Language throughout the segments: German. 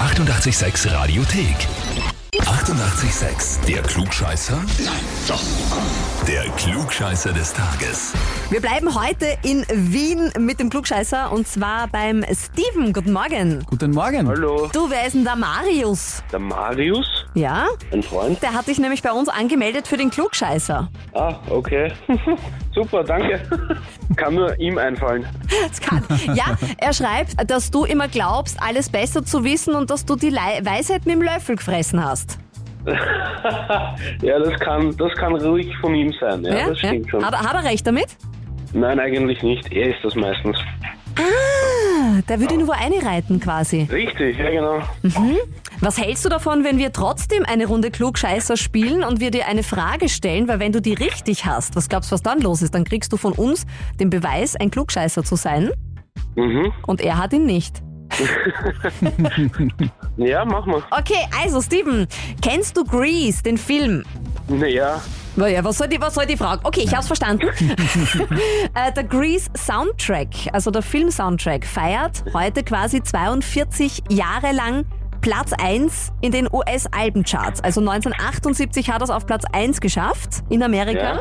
886 Radiothek. 88,6. Der Klugscheißer? Nein, doch. Der Klugscheißer des Tages. Wir bleiben heute in Wien mit dem Klugscheißer und zwar beim Steven. Guten Morgen. Guten Morgen. Hallo, Du, wer ist denn da Marius? der Marius, Ja? ein Freund. Der hat dich nämlich bei uns angemeldet für den Klugscheißer. Ah, okay. Super, danke. Kann nur ihm einfallen. Das kann. Ja, er schreibt, dass du immer glaubst, alles besser zu wissen und dass du die Lei- Weisheit mit dem Löffel gefressen hast. Ja, das kann, das kann ruhig von ihm sein. Ja, das stimmt schon. Hab, hab er recht damit? Nein, eigentlich nicht. Er ist das meistens. Ah, Der würde nur einreiten quasi. Richtig, ja genau. Was hältst du davon, wenn wir trotzdem eine Runde Klugscheißer spielen und wir dir eine Frage stellen? Weil wenn du die richtig hast, was glaubst du, was dann los ist? Dann kriegst du von uns den Beweis, ein Klugscheißer zu sein. Mhm. Und er hat ihn nicht. Ja, mach mal. Okay, also Steven, kennst du Grease, den Film? Naja, Naja, was soll die, was soll die Frage? Okay, ich hab's verstanden. äh, der Grease Soundtrack, also der Film-Soundtrack, feiert heute quasi 42 Jahre lang Platz 1 in den US-Albencharts. Also 1978 hat er es auf Platz 1 geschafft in Amerika. Ja.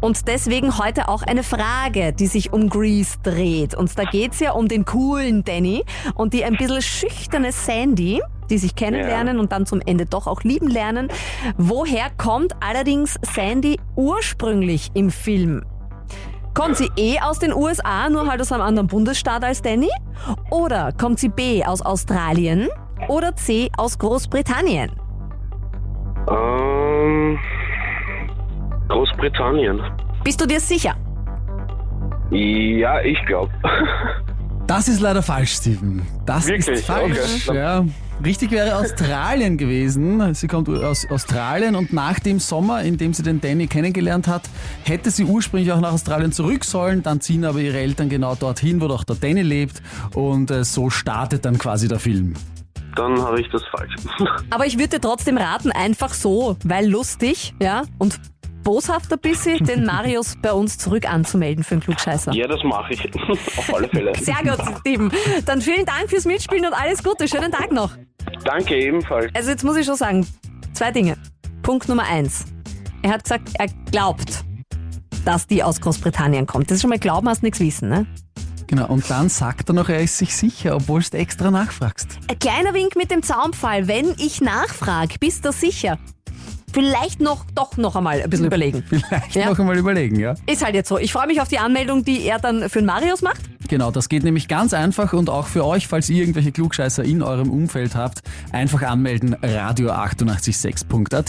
Und deswegen heute auch eine Frage, die sich um Grease dreht. Und da geht's ja um den coolen Danny und die ein bisschen schüchterne Sandy, die sich kennenlernen und dann zum Ende doch auch lieben lernen. Woher kommt allerdings Sandy ursprünglich im Film? Kommt sie eh aus den USA, nur halt aus einem anderen Bundesstaat als Danny? Oder kommt sie B aus Australien? Oder C aus Großbritannien? ähm, Großbritannien. Bist du dir sicher? Ja, ich glaube. Das ist leider falsch, Steven. Das Wirklich? ist falsch. Okay. Ja. Richtig wäre Australien gewesen. Sie kommt aus Australien und nach dem Sommer, in dem sie den Danny kennengelernt hat, hätte sie ursprünglich auch nach Australien zurück sollen. Dann ziehen aber ihre Eltern genau dorthin, wo doch der Danny lebt. Und äh, so startet dann quasi der Film. Dann habe ich das falsch. Aber ich würde dir trotzdem raten, einfach so, weil lustig, ja, und boshaft ein bisschen, den Marius bei uns zurück anzumelden für den Klugscheißer. ja, das mache ich. Auf alle Fälle. Sehr gut, Steven. Dann vielen Dank fürs Mitspielen und alles Gute. Schönen Tag noch. Danke ebenfalls. Also jetzt muss ich schon sagen, zwei Dinge. Punkt Nummer eins. Er hat gesagt, er glaubt, dass die aus Großbritannien kommt. Das ist schon mal glauben, hast nichts wissen, ne? Genau. Und dann sagt er noch, er ist sich sicher, obwohl du extra nachfragst. Ein kleiner Wink mit dem Zaunpfahl. Wenn ich nachfrage, bist du sicher? Vielleicht noch, doch noch einmal ein bisschen überlegen. Vielleicht Ja. noch einmal überlegen, ja? Ist halt jetzt so. Ich freue mich auf die Anmeldung, die er dann für den Marius macht. Genau, das geht nämlich ganz einfach und auch für euch, falls ihr irgendwelche Klugscheißer in eurem Umfeld habt, einfach anmelden radio886.at.